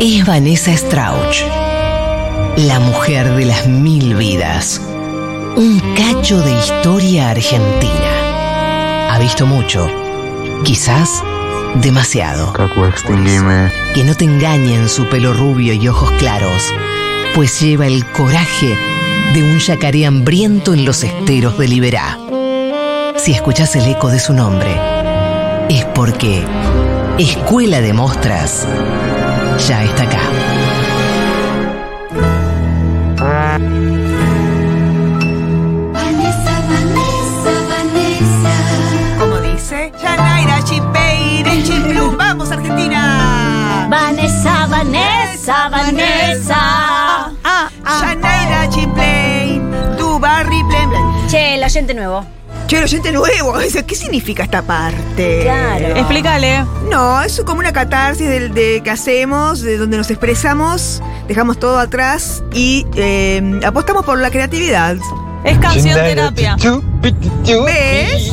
Es Vanessa Strauch, la mujer de las mil vidas. Un cacho de historia argentina. Ha visto mucho, quizás demasiado. Cacu, extinguime. Que no te engañen su pelo rubio y ojos claros, pues lleva el coraje de un yacaré hambriento en los esteros de Liberá. Si escuchas el eco de su nombre, es porque Escuela de Mostras ya está acá. Vanessa, Vanessa, Vanessa. Como dice Yanaira Chipeire Chiplu. ¡Vamos, Argentina! Vanessa, Vanessa, Vanessa. Ah, Yanaira Chipley, tu barri plen plen. Che, el oyente nuevo. Che, el oyente nuevo. Dice, ¿Qué significa esta parte? Eh, Claro. Explícale. No, es como una catarsis del, de que hacemos, de donde nos expresamos, dejamos todo atrás y eh, apostamos por la creatividad. Es canción terapia. ¿Ves?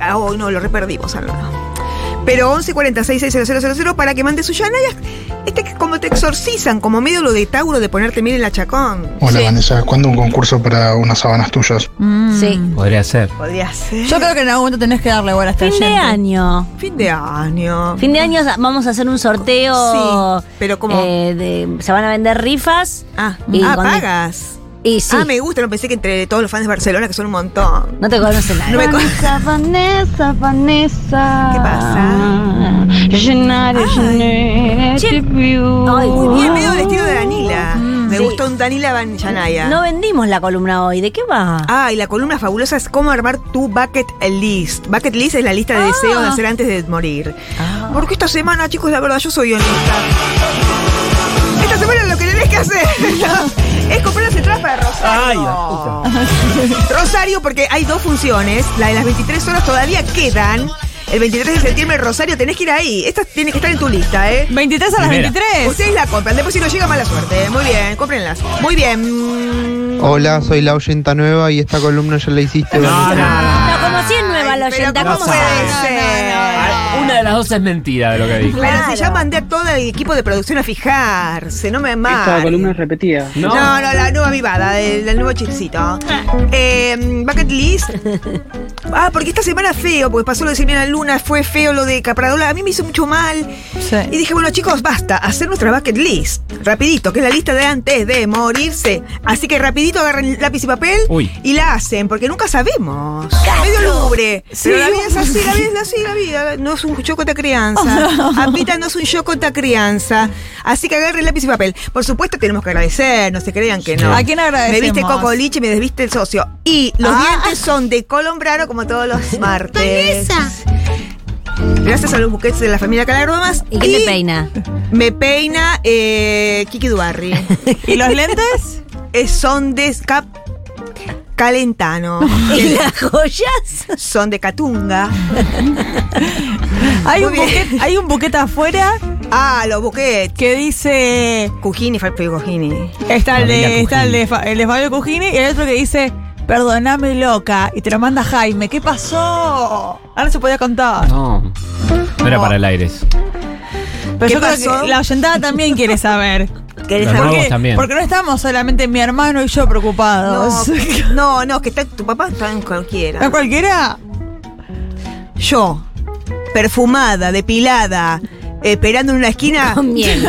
Ah, hoy no, lo reperdimos, Arnoldo. Pero 1140-660000 para que mande su yanayas. Este que como te exorcizan, como medio lo de Tauro de ponerte miel en la chacón. Hola Vanessa, ¿cuándo un concurso para unas sábanas tuyas? mm, Sí. Podría ser. Podría ser. Yo creo que en algún momento tenés que darle igual a esta Fin de gente. año. Fin de año. Fin de año vamos a hacer un sorteo. Sí, pero como- eh, de- se van a vender rifas. Ah, Y ah, cuando- pagas. Y sí. Ah, me gusta, no pensé que entre todos los fans de Barcelona, que son un montón. No te conoce nadie. No me co- Vanessa, Vanessa, Vanessa. ¿Qué pasa? Llenar, llenar, Che. te pido. Ay, muy Y el bien. medio vestido de Danila. Me Mm. sí. gusta un Danila Van Yanaya. No vendimos la columna hoy. ¿De qué va? Ah, y la columna fabulosa es cómo armar tu bucket list. Bucket list es la lista de deseos de hacer antes de morir. Porque esta semana, chicos, la verdad, yo soy honesta. Esta semana lo que tenés que hacer es comprar las entradas para Ay, Rosario. Rosario, porque hay dos funciones. La de las 23 horas todavía quedan. El 23 de septiembre, Rosario, tenés que ir ahí. Esta tiene que estar en tu lista, ¿eh? 23 a las Primera. 23. Ustedes la compran, después si no llega mala suerte. Muy bien, cómprenlas. Muy bien. Hola, soy la oyenta nueva y esta columna ya la hiciste. No, no, no. No, como si es nueva Ay, la pero oyenta, ¿cómo ¿cómo puede sabe? ser? Una de las dos es mentira de lo que dijo. Pero si Claro. ya mandé a todo el equipo de producción a fijarse, no me Esta mal. columna es repetida. No, No. no, la nueva vivada, el, el nuevo chipsito. Eh, bucket list. Ah, porque esta semana feo, porque pasó lo de Silvia Luna, fue feo lo de Capradola, a mí me hizo mucho mal. Y Sí. dije, bueno chicos, basta, hacer nuestra bucket list. Rapidito, que es la lista de antes de morirse. Así que rapidito agarren lápiz y papel Uy. y la hacen, porque nunca sabemos. Medio lubre. Pero la vida es así, la vida es así, la vida. No es un choco de crianza. Apita no es un choco de crianza. Así que agarren lápiz y papel. Por supuesto tenemos que agradecer, no se crean que no. ¿A quién agradecemos? Me viste cocoliche, me desviste el socio. Y los Ah. dientes son de Colombrano como todos los martes. Gracias a los buquets de la familia Calagromas. ¿Y qué te peina? Me peina eh, Kiki Dubarri. ¿Y los lentes? Es- son de Cap Calentano. ¿Y las joyas? Son de Catunga. Hay Muy un, bien. buquet, hay un buquet afuera Ah, los buquets. que dice. Cugini, Falpe Cugini. Está el Familia de, está el Cugini. de, Fa- el de Fabio Cugini y el otro que dice. Perdóname loca. Y te lo manda Jaime. ¿Qué pasó? Ahora se podía contar. No. No era para el aire. eso. Pero ¿Qué yo creo pasó? que la oyentada también quiere saber. ¿Querés Los saber nuevos qué? también. Porque no estamos solamente mi hermano y yo preocupados. No, no, no, que está, tu papá está en cualquiera. ¿A cualquiera? Yo, perfumada, depilada, esperando en una esquina. Con miel.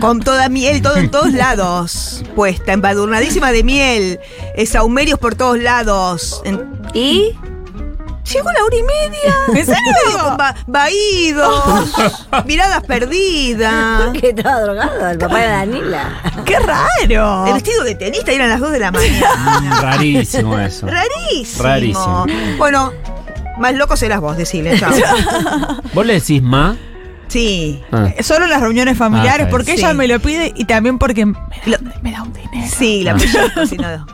Con toda miel, todo en todos lados. Puesta, embadurnadísima de miel. eh, Saumerios por todos lados. En- ¿Y? Llegó la hora y media. ¿En serio? Medio con ba- Vaídos. miradas perdidas. Que estaba drogado el papá de Danila. ¡Qué raro! El vestido de tenista eran las 2 de la mañana. Rarísimo eso. Rarísimo. Rarísimo. Bueno, más loco serás vos, decirle. chao. ¿Vos le decís ma? Sí. Ah. Solo las reuniones familiares, Ah, porque sí. ella me lo pide y también porque me da, me da un dinero. Sí, la Ah. pilló, si no.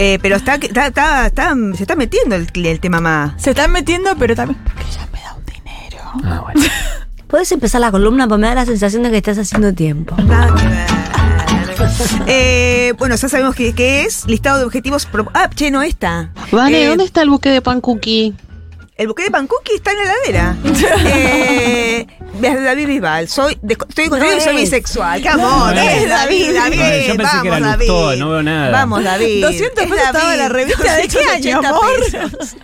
Eh, pero está, está, está- está- se está metiendo el, el tema más. Se están metiendo, pero también porque ella me da un dinero. Ah, bueno. Puedes empezar la columna porque me da la sensación de que estás haciendo tiempo. Nada que ver. Eh, bueno, ya sabemos qué, qué es. Listado de objetivos. pro- ah, che, no está. Vane, Eh, ¿dónde está el buque de pan cookie? El buque de pancuki está en la heladera. Eh, es David Bisbal. Soy, de- estoy con No soy es. bisexual. Qué amor, No es es. David, David. Ay, yo pensé que Vamos, era David. Lustó, no veo nada. Vamos, David. 200 pesos estaba en la revista, ¿de qué año, 280 amor? pesos.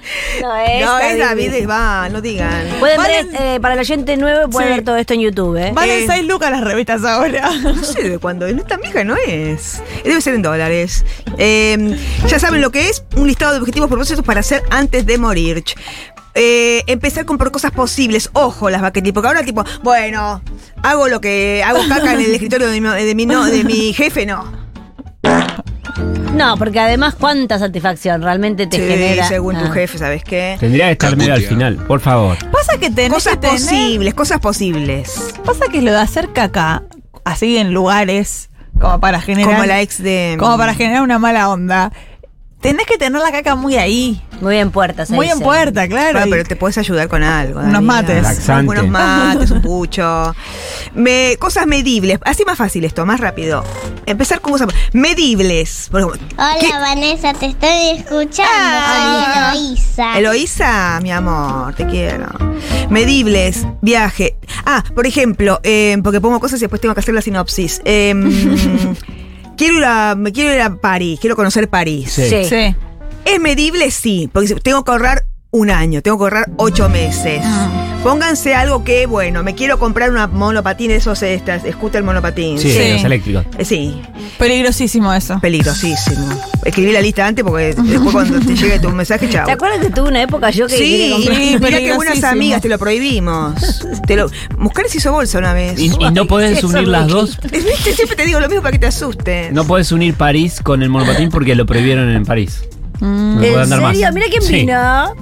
No es, No, es David. David Bisbal, no digan. Pueden Valen- ver, eh, para la gente nueva, pueden Sí. ver todo esto en YouTube, ¿eh? Valen Eh. 6 lucas las revistas ahora. No sé de cuándo, es. no es tan vieja, no es. Debe ser en dólares. Eh, ya saben lo que es, un listado de objetivos propósitos para hacer antes de morir. Eh, empezar con por cosas posibles, ojo las baquetis, porque ahora tipo, bueno, hago lo que hago caca en el escritorio de mi, de mi, no, de mi jefe, no. No, porque además, cuánta satisfacción realmente te Sí, genera. según tu Ah. jefe, ¿sabes qué? Tendría que estar medio al final, por favor. Pasa que tenés Cosas que tener- posibles, cosas posibles. Pasa que lo de hacer caca, así en lugares, como para generar. Como la ex de... como para generar una mala onda. Tenés que tener la caca muy ahí. Muy en puertas. muy en puerta, claro. Ah, y- pero te puedes ayudar con algo. Unos Daría. mates. Laxante. Unos mates, un pucho. Me- cosas medibles. Así más fácil esto, más rápido. Empezar con cosas medibles. Por ejemplo, Hola ¿qué- Vanessa, te estoy escuchando. Ah. Soy Eloísa. Eloísa, mi amor, te quiero. Medibles, viaje. Ah, por ejemplo, eh, porque pongo cosas y después tengo que hacer la sinopsis. Eh, quiero, ir a, me quiero ir a París, quiero conocer París. Sí. Sí. Sí. ¿Es medible? Sí, porque si- tengo que ahorrar un año, tengo que ahorrar ocho meses. Pónganse algo que, bueno, me quiero comprar una monopatín, esos estas, scooter monopatín. Sí, Sí. los eléctricos. Eh, Sí, Peligrosísimo eso. peligrosísimo. Escribí la lista antes porque después cuando te llegue tu mensaje, chao. ¿Te acuerdas que tuve una época yo que quería Sí, comprar- y mira que buenas peligrosísimo. amigas te lo prohibimos. Te lo, Mujeres hizo bolsa una vez. Y, y no podés Eso unir me las quita. dos. ¿Viste? Siempre te digo lo mismo para que te asustes. No podés unir París con el monopatín porque lo prohibieron en París. No puede Mm. ¿En andar más. serio? Mira quién Sí. vino.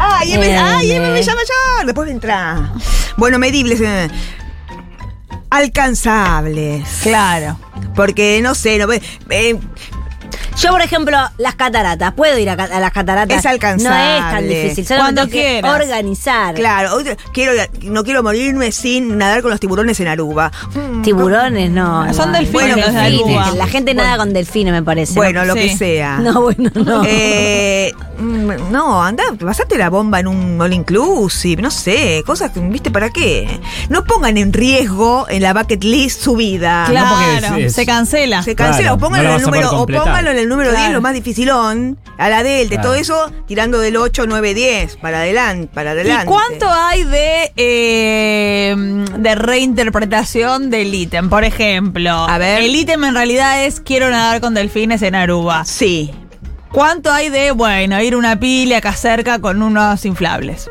¡Ay, M, ay, M me Eh. llama yo! Después entra. Bueno, medibles. eh. Alcanzables. Claro. Porque no sé, no ve- eh, Yo, por ejemplo, las cataratas. Puedo ir a, ca- a las cataratas. Es alcanzable. No es tan difícil. Solo Cuando me tengo que quieras. organizar. claro, hoy quiero, no quiero morirme sin nadar con los tiburones en Aruba. Mm, Tiburones, no. Son no, delfines bueno, los de delfines, Aruba. La gente nada con delfines, me parece. Bueno, lo sí. que ah. sea. No, bueno, no. Eh, mm, no, anda, basate la bomba en un all inclusive, no sé, cosas que, ¿viste para qué? No pongan en riesgo en la bucket list su vida. no, porque Claro. es- es- se cancela. Se cancela, Ah, Claro, o pónganlo no la en el vas a poder número, o completar. pónganlo en el número Claro. 10, lo más dificilón, a la del, de Claro. todo eso, tirando del 8, 9, 10, para adelante, para adelante. ¿Y cuánto hay de, eh, de reinterpretación del ítem? Por ejemplo, A ver. el ítem en realidad es quiero nadar con delfines en Aruba. Sí. ¿Cuánto hay de, bueno, ir a una pila acá cerca con unos inflables?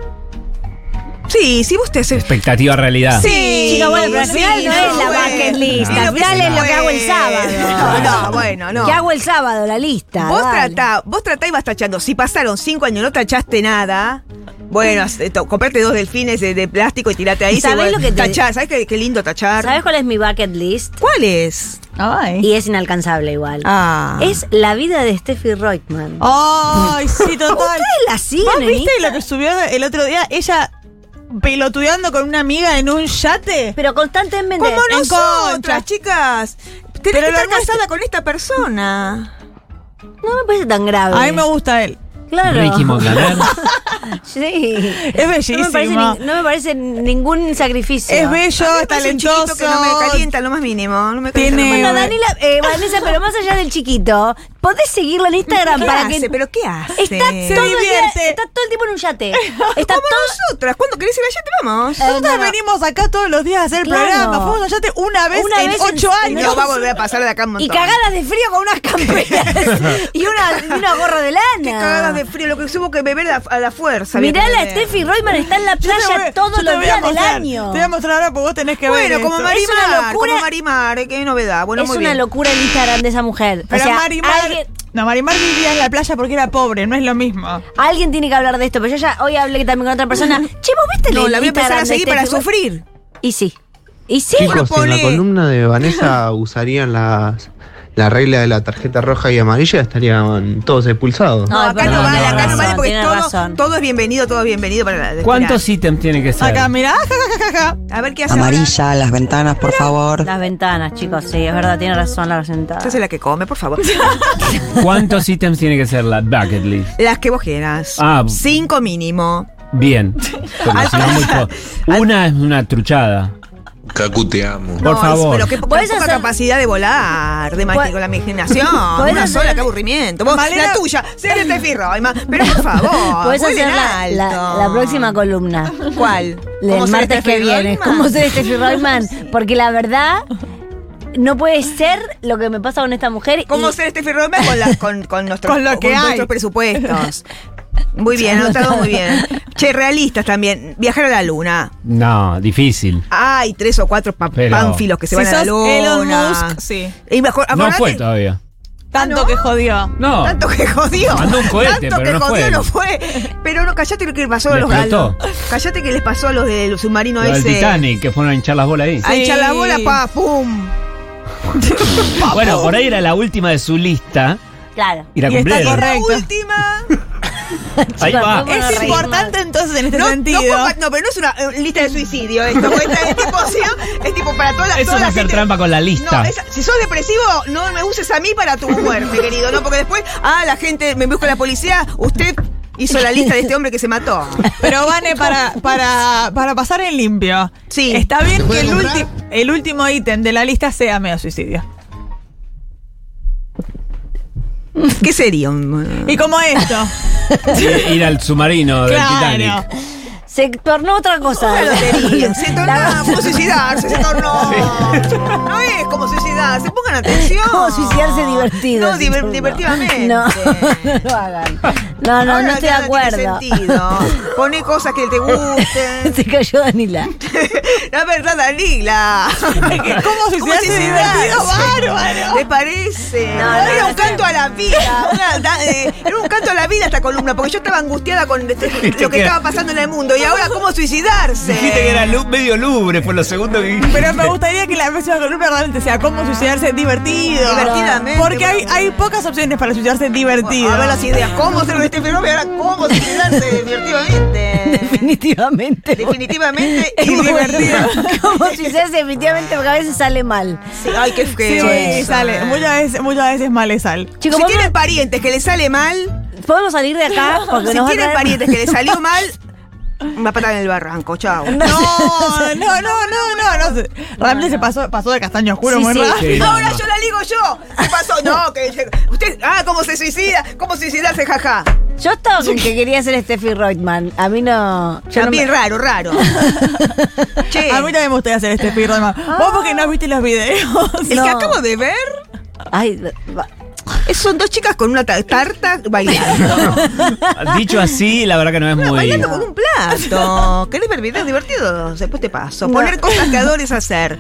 Sí, sí, vos te haces. Expectativa realidad. Sí, Chicos, bueno, pero al final no, es la bueno. bucket list. No, al final es lo que hago el No, sábado. no, bueno, no. ¿Qué hago el sábado? La lista. Vos dale. tratá, vos tratá y vas tachando. Si pasaron cinco años, no tachaste nada. Bueno, hace- to- comprate dos delfines de, de plástico y tirate ahí. ¿Y sabés igual- lo que te- Tachar, ¿sabés qué, qué lindo tachar? ¿Sabés cuál es mi bucket list? ¿Cuál es? Ay. Y es inalcanzable igual. Ah. Es la vida de Steffi Reutemann. Ay, sí, Oh, total. ¿Ustedes la siguen ¿eh? ¿Vos en viste Instagram? lo que subió el otro día? Ella pelotudeando con una amiga en un yate. Pero constantemente. ¿Cómo en nosotras, contra. chicas? Tenés Pero que lo estar nuestro- casada con esta persona. No me parece tan grave. A mí me gusta él. Claro. Ricky Montaner. Sí. Es No me, parece bellísimo. ni- no me parece ningún sacrificio. Es bello, es Me parece un talentoso. chiquito que no me calienta lo más mínimo. No me calienta Tiene- lo Bueno, más mínimo. Daniela, eh, Vanessa, pero más allá del chiquito, podés seguirla en Instagram ¿Qué para hace? que. ¿Pero qué hace? Está, Se todo el día- divierte. está todo el tiempo en un yate. Está Como todo. nosotras. ¿Cuándo querés ir allá? Te vamos. Eh, Nosotras no, no. venimos acá todos los días a hacer el Claro. programa. Fuimos a yate una vez Una en vez en- ocho en años. no va a volver a pasar de acá un Y montón. cagadas de frío con unas camperas y una, y una gorra de lana. Qué cagadas de frío, lo que hubo que beber a, a la fuerza. había que Mirá, la beber. Steffi Royman está en la Yo te voy- playa yo todos te los voy a días del mostrar. año. Te voy a mostrar ahora porque vos tenés que ver. Bueno, como esto. Es una Marimar, locura. como Marimar, eh, qué novedad. Bueno, es muy una bien. locura el Instagram de esa mujer. O Pero sea, Marimar. alguien, No, Marimar vivía en la playa porque era pobre, no es lo mismo. alguien tiene que hablar de esto, pero yo ya hoy hablé también con otra persona. Che, ¿vos viste el No, la voy a Instagram empezar a de seguir para Steffi Roy- sufrir. Y sí. Y sí. Chicos, en la pone- columna de Vanessa usarían las, la regla de la tarjeta roja y amarilla, estarían todos expulsados. No, No, acá pero no no, vale, tiene acá no vale razón, porque tiene todo, razón. todo es bienvenido, todo es bienvenido para la ¿Cuántos ítems tiene que ser? Acá, mirá, ja, ja, ja, ja. Mirá, A ver qué hace. ahora. las ventanas, por favor. Las ventanas, chicos, sí, es verdad, tiene razón la presentada. Esa es la que come, por favor. ¿Cuántos ítems tiene que ser la bucket list? Las que vos quieras. Ah. Cinco mínimo. bien. porque si no, muy po- una es una truchada. Cacu, te amo. Por No, favor. Pero qué, po- qué Podés poca hacer- capacidad de volar, de Pod- mani- con la imaginación. Podés Una hacer- sola, qué aburrimiento. Vos, Malena- la tuya, sería este firro. ay, ma- Pero por favor, Podés vuelen hacer la, la- alto. la próxima columna. ¿Cuál? El ¿Cómo ser este Ah. martes Steffi que viene. Rollman? ¿Cómo ser Steffi Rollman? Porque la verdad, no puede ser lo que me pasa con esta mujer. ¿Cómo y- ser este Rollman con, la- con, con, nuestros- Con lo que hay. nuestros presupuestos? Muy bien, anotado muy bien. Che, realistas también. Viajar a la luna. No, difícil. Hay tres o cuatro pa- Pero- pánfilos que se si van a la sos luna. Elon Musk, sí. Y mejor, No acordate- fue todavía. Tanto que jodió. No. Tanto que jodió. Mandó un cohete, tanto pero que no jodió fue. no fue. Pero no, callate lo que le pasó a Le los galos. explotó. Callate que les pasó a los del submarino Lo del ese. Titanic, que fueron a hinchar las bolas ahí. A echar la bola, pa, pum. Bueno, por ahí era la última de su lista Claro. y la Y está cumplieron. correcto. Última. Ahí Chicos, va. ¿cómo Es nos reímos? importante entonces en este No, no, sentido. compa- no, pero no es una eh, lista de suicidio esto. porque esta- Es tipo, ¿sí? es tipo para toda la Eso toda es la hacer gente- trampa con la lista. No, esa- si sos depresivo, no me uses a mí para tu muerte, querido. No, porque después, ah, la gente me busca la policía. Usted hizo la lista de este hombre que se mató. Pero Vane, para, para, para pasar en limpio. Sí. Está ¿Se bien que puede el, comprar? ulti- el último ítem de la lista sea medio suicidio. ¿Qué sería? un- Y como esto. Ir- Ir al submarino del claro. Titanic. Se tornó otra cosa. Una lotería. Se tornó La- como suicidarse, se tornó. No es como suicidarse, pongan atención. Como suicidarse divertido. No, se diver- tornó. divertidamente. No, no lo hagan. No, no, Ahora no estoy de nada tiene acuerdo. sentido. Poné cosas que te gusten. Se cayó Danila. La verdad, Danila. ¿Cómo suicidarse es divertido? ¡Bárbaro! ¿Te parece? No, no, era no un canto a la vida. una da- eh, era un canto a la vida esta columna, porque yo estaba angustiada con este, lo que que- estaba pasando en el mundo. Y ahora, ¿cómo suicidarse? Dijiste que era lu- medio lubre por lo segundo que dijiste. Pero me gustaría que la próxima columna realmente sea cómo suicidarse divertido. Divertidamente, Porque hay, bueno. hay pocas opciones para suicidarse divertido. A ver las ideas. ¿Cómo hacer este fenómeno? Ahora, ¿cómo suicidarse divertidamente? Definitivamente. Definitivamente Es y muy divertido. Como suicidarse definitivamente porque a veces sale mal. Ay, qué Sí, feo. eso, sale. eh. Muchas veces, muchas veces mal le sale. Chicos, si ¿podemos, tienen parientes que les sale mal, podemos salir de acá? Porque si nos va a tienen traer- parientes que les salió mal, una patada en el barranco, chao. No, no, no, no, no, no. sé. Realmente se pasó, pasó de castaño oscuro Sí, muy sí. rápido. Sí, no, Ahora no. yo la ligo yo. ¿Qué pasó? No, que usted, ah, cómo se suicida, cómo suicidarse, jaja. Yo estaba con que quería ser Steffi Reutemann. A mí no. yo no me- Ah, También raro, raro. che, A mí también me gustaría hacer este speedrun. más. Vos porque no viste los videos. el no. que acabo de ver Ay, va- es- son dos chicas con una ta- tarta bailando. Dicho así, la verdad que no es muy. bailando con un plato. ¿Querés ver videos divertidos? Después te paso. Poner cosas que adores hacer.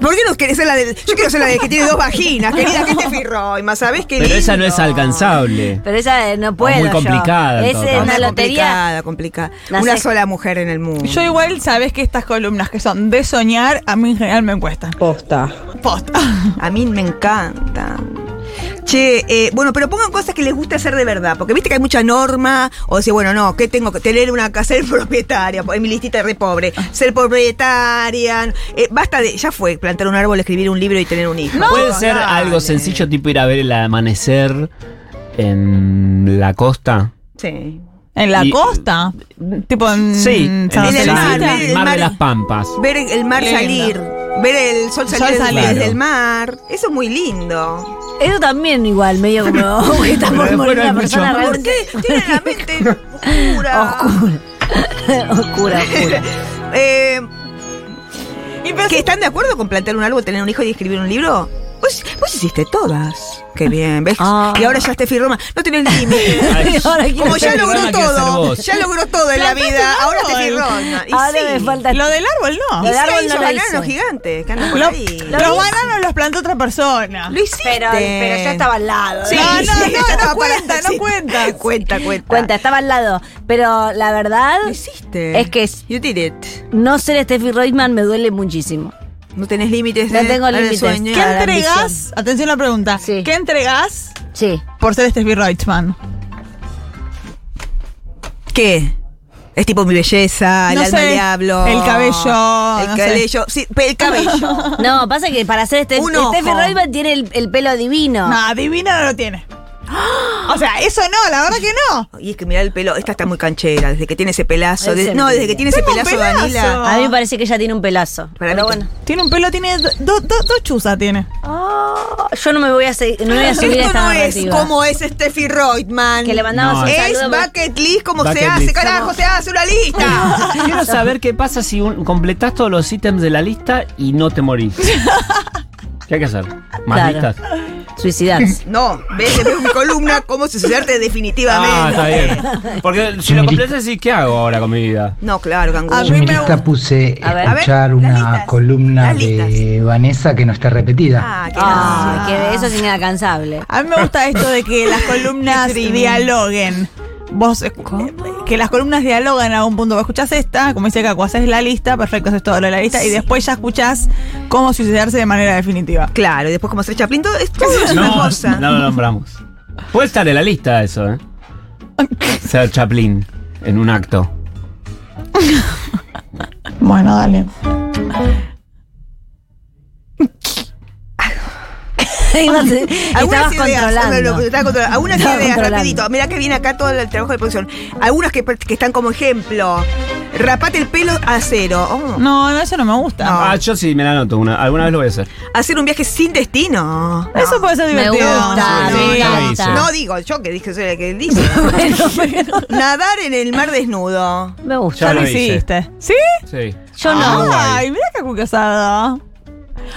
¿Por qué no querés ser la de.? Yo quiero ser la de que tiene dos vaginas, querida, que te firró. Y más sabés que. Pero esa no es alcanzable. pero esa eh, no puedo. muy complicada, en Yo. todo Esa Es caso. una lotería. Complicada, complicada. La Una sé. sola mujer en el mundo. Yo igual sabés que estas columnas que son de soñar, a mí en general me encuestan. Posta. Posta. A mí me encanta. Che, eh, bueno, pero pongan cosas que les guste hacer de verdad, porque viste que hay mucha norma, o decir, bueno, no, ¿qué tengo que tener una casa? Ser propietaria, Pues, en mi listita es re pobre, ser propietaria, eh, basta de, ya fue, plantar un árbol, escribir un libro y tener un hijo. Puede ser algo sencillo, tipo ir a ver el amanecer en la costa. Sí. ¿En la Y- costa? Tipo Mm, en. Sí, San el el mar, mar, Francisco. en el mar. de las Pampas. Ver el mar Lindo. salir, ver el sol Sol salir, desde- salir. desde Claro. el mar, eso es muy lindo. Eso también igual, medio como que está por morir Pero bueno, hay la persona mucho. ¿Por realmente. qué tienen la mente oscura? Oscura. oscura, Este, oscura. Eh, ¿Que están de acuerdo con plantar un árbol, tener un hijo y escribir un libro? Vos, vos hiciste todas. Qué bien, ¿ves? Ah. Y ahora ya Steffi Roma no tenés límite. Ay, Ahora quiero Como ya Steffi logró Roma quiere ser todo, vos. ya logró todo en la Plantaste vida. un Ahora árbol. Steffi Roma. Y Ahora sí. me falta. Lo del árbol Y no. Lo del sí, árbol hizo no lo bananos hice. gigantes que andan por Lo- ahí. los bananos los plantó otra persona. Lo hiciste. Pero, pero yo estaba al lado. Sí, ¿eh? No, no, sí, no, ya no estaba cuenta, parada, no sí. cuenta. Cuenta, cuenta. Cuenta, estaba al lado. Pero la verdad Lo hiciste. es que es- You did it. no ser Steffi Reutemann me duele muchísimo. No tenés límites. No ¿eh? tengo Ahora límites. sueño. ¿Qué a la entregás? ambición. Atención a la pregunta. Sí. ¿Qué entregás Sí. por ser Steffi Reutemann? ¿Qué? Es tipo mi belleza, el No alma sé, del diablo. el cabello, El no sé. cabello. Sí, pe- el cabello. No, pasa que para ser Steffi Un ojo. Steffi Reutemann tiene el, el pelo divino. No, divina no lo tiene. O sea, eso no, la verdad que no. Y es que mirá el pelo, esta está muy canchera, desde que tiene ese pelazo. Ese de- no, me desde que diría. tiene ese pelazo, Danila. A mí me parece que ella tiene un pelazo. Para pero mí bueno. Tiene un pelo, tiene do- do- do- dos chuzas, tiene. Ah, yo no me voy a, segui- no voy a subir a Esto esta no es narrativa. como es Steffi Reutemann. Que le mandamos No, un es- es saludo. bucket list como Bucket se hace, list. carajo, se hace una lista. Quiero saber qué pasa si un- completás todos los ítems de la lista y no te morís. ¿Qué hay que hacer? ¿Más Claro. listas? Suicidarse. No, ves, ves mi columna cómo suicidarte definitivamente. Ah, está bien. Porque si lo completas, decís, ¿qué hago ahora con mi vida? No, claro, canguro. A Yo mí en me lista puse A ver. escuchar A ver, las una listas. columna Las listas. de Vanessa que no está repetida. Ah, qué Ah, gracia. que eso es inalcanzable. A mí me gusta esto de que las columnas dialoguen. Vos, eh, que las columnas dialogan en algún punto. Vos escuchás esta, como dice Caco, haces la lista, perfecto, haces todo lo de la lista, y después ya escuchás cómo suicidarse de manera definitiva. Claro, y después como hacer Chaplin, todo esto es una No, cosa. no lo nombramos. Puede estar en la lista eso, ¿eh? Ser Chaplin en un acto. Bueno, dale. Ibas- Estabas Algunas ideas, no, no, controlando. no, estaba controlando. algunas Estaba ideas, controlando. rapidito. Mirá que viene acá todo el trabajo de producción. Algunas que, que están como ejemplo. Rapate el pelo a cero. Oh. No, no, eso no me gusta. Ah, yo sí me la anoto una. Alguna vez lo voy a hacer. Hacer un viaje sin destino. Eso puede ser Me divertido. gusta, Sí, me ya lo encanta. hice. No digo yo que dije, soy la que dice. Nadar en el mar desnudo. Me gusta. Ya Ya lo lo hice. hiciste. ¿Sí? Sí. Yo no. Ah, guay. Ay, mira qué cucasada.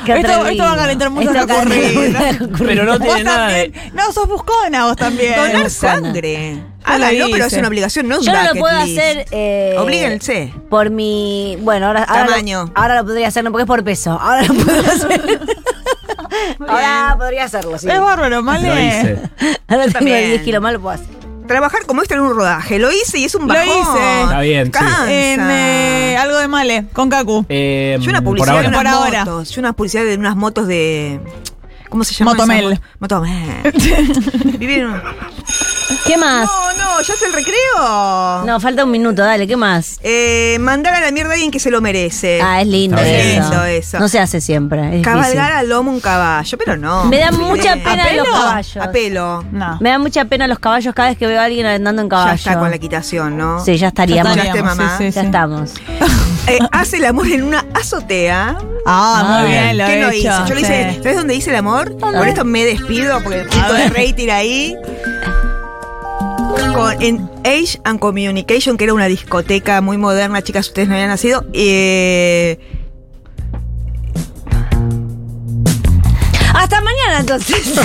Qué Esto- atrevido. esto va a calentar mucho Esto la calenta corrida. mucho la corrida. Pero no tiene nada de. No, sos buscona vos también. Donar buscona. sangre. Ya lo Hágalo, pero es hice. una obligación, no es un Yo no lo bucket puedo list. hacer. Eh, Oblíguense. Por mi. Bueno, ahora. ahora lo- Tamaño. Ahora lo podría hacer, no porque es por peso. Ahora lo puedo hacer. ahora podría hacerlo, sí. Es bárbaro, Lo ¿vale? hice. Ahora tengo también. 10 kilos más, lo puedo hacer. Trabajar como extra en un rodaje. Lo hice y es un Lo bajón. hice. Está bien, sí. Cansa. En eh, algo de Male, con Kaku. Eh, Yo una por publicidad ahora. de unas Por ahora. motos. Yo una publicidad de unas motos de. ¿Cómo se llama? Motomel. esa mo- Motomel. Vivir en un- ¿Qué más? No, no, ya es el recreo. No. falta un minuto, dale, ¿qué más? Eh, mandar a la mierda a alguien que se lo merece. Ah, es lindo Está eso. Eh, bien. Lindo eso. No se hace siempre. es Cabalgar difícil. al lomo un caballo, pero no. Me da mucha Eh, pena los caballos. A pelo. No. Me da mucha pena los caballos cada vez que veo a alguien andando en caballo. Ya está con la quitación, ¿no? Sí, ya estaríamos. Ya Ya, escuchaste, estaríamos, mamá. sí, sí. estamos. Eh, hace el amor en una azotea. Ah, Ah, muy bien, lo ¿Qué he no hecho. hice? Yo lo sí. hice. ¿Sabes dónde hice el amor? Por esto me despido, porque el punto de rating ahí. Con, en Age and Communication, que era una discoteca muy moderna, chicas, ustedes no habían nacido. eh, Hasta mañana entonces.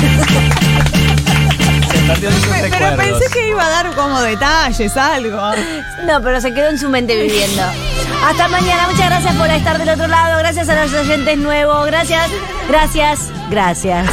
Perdió sus Pero recuerdos. pensé que iba a dar como detalles, algo. No, pero se quedó en su mente viviendo. Hasta mañana, muchas gracias por estar del otro lado. Gracias a los oyentes nuevos. Gracias, gracias, gracias.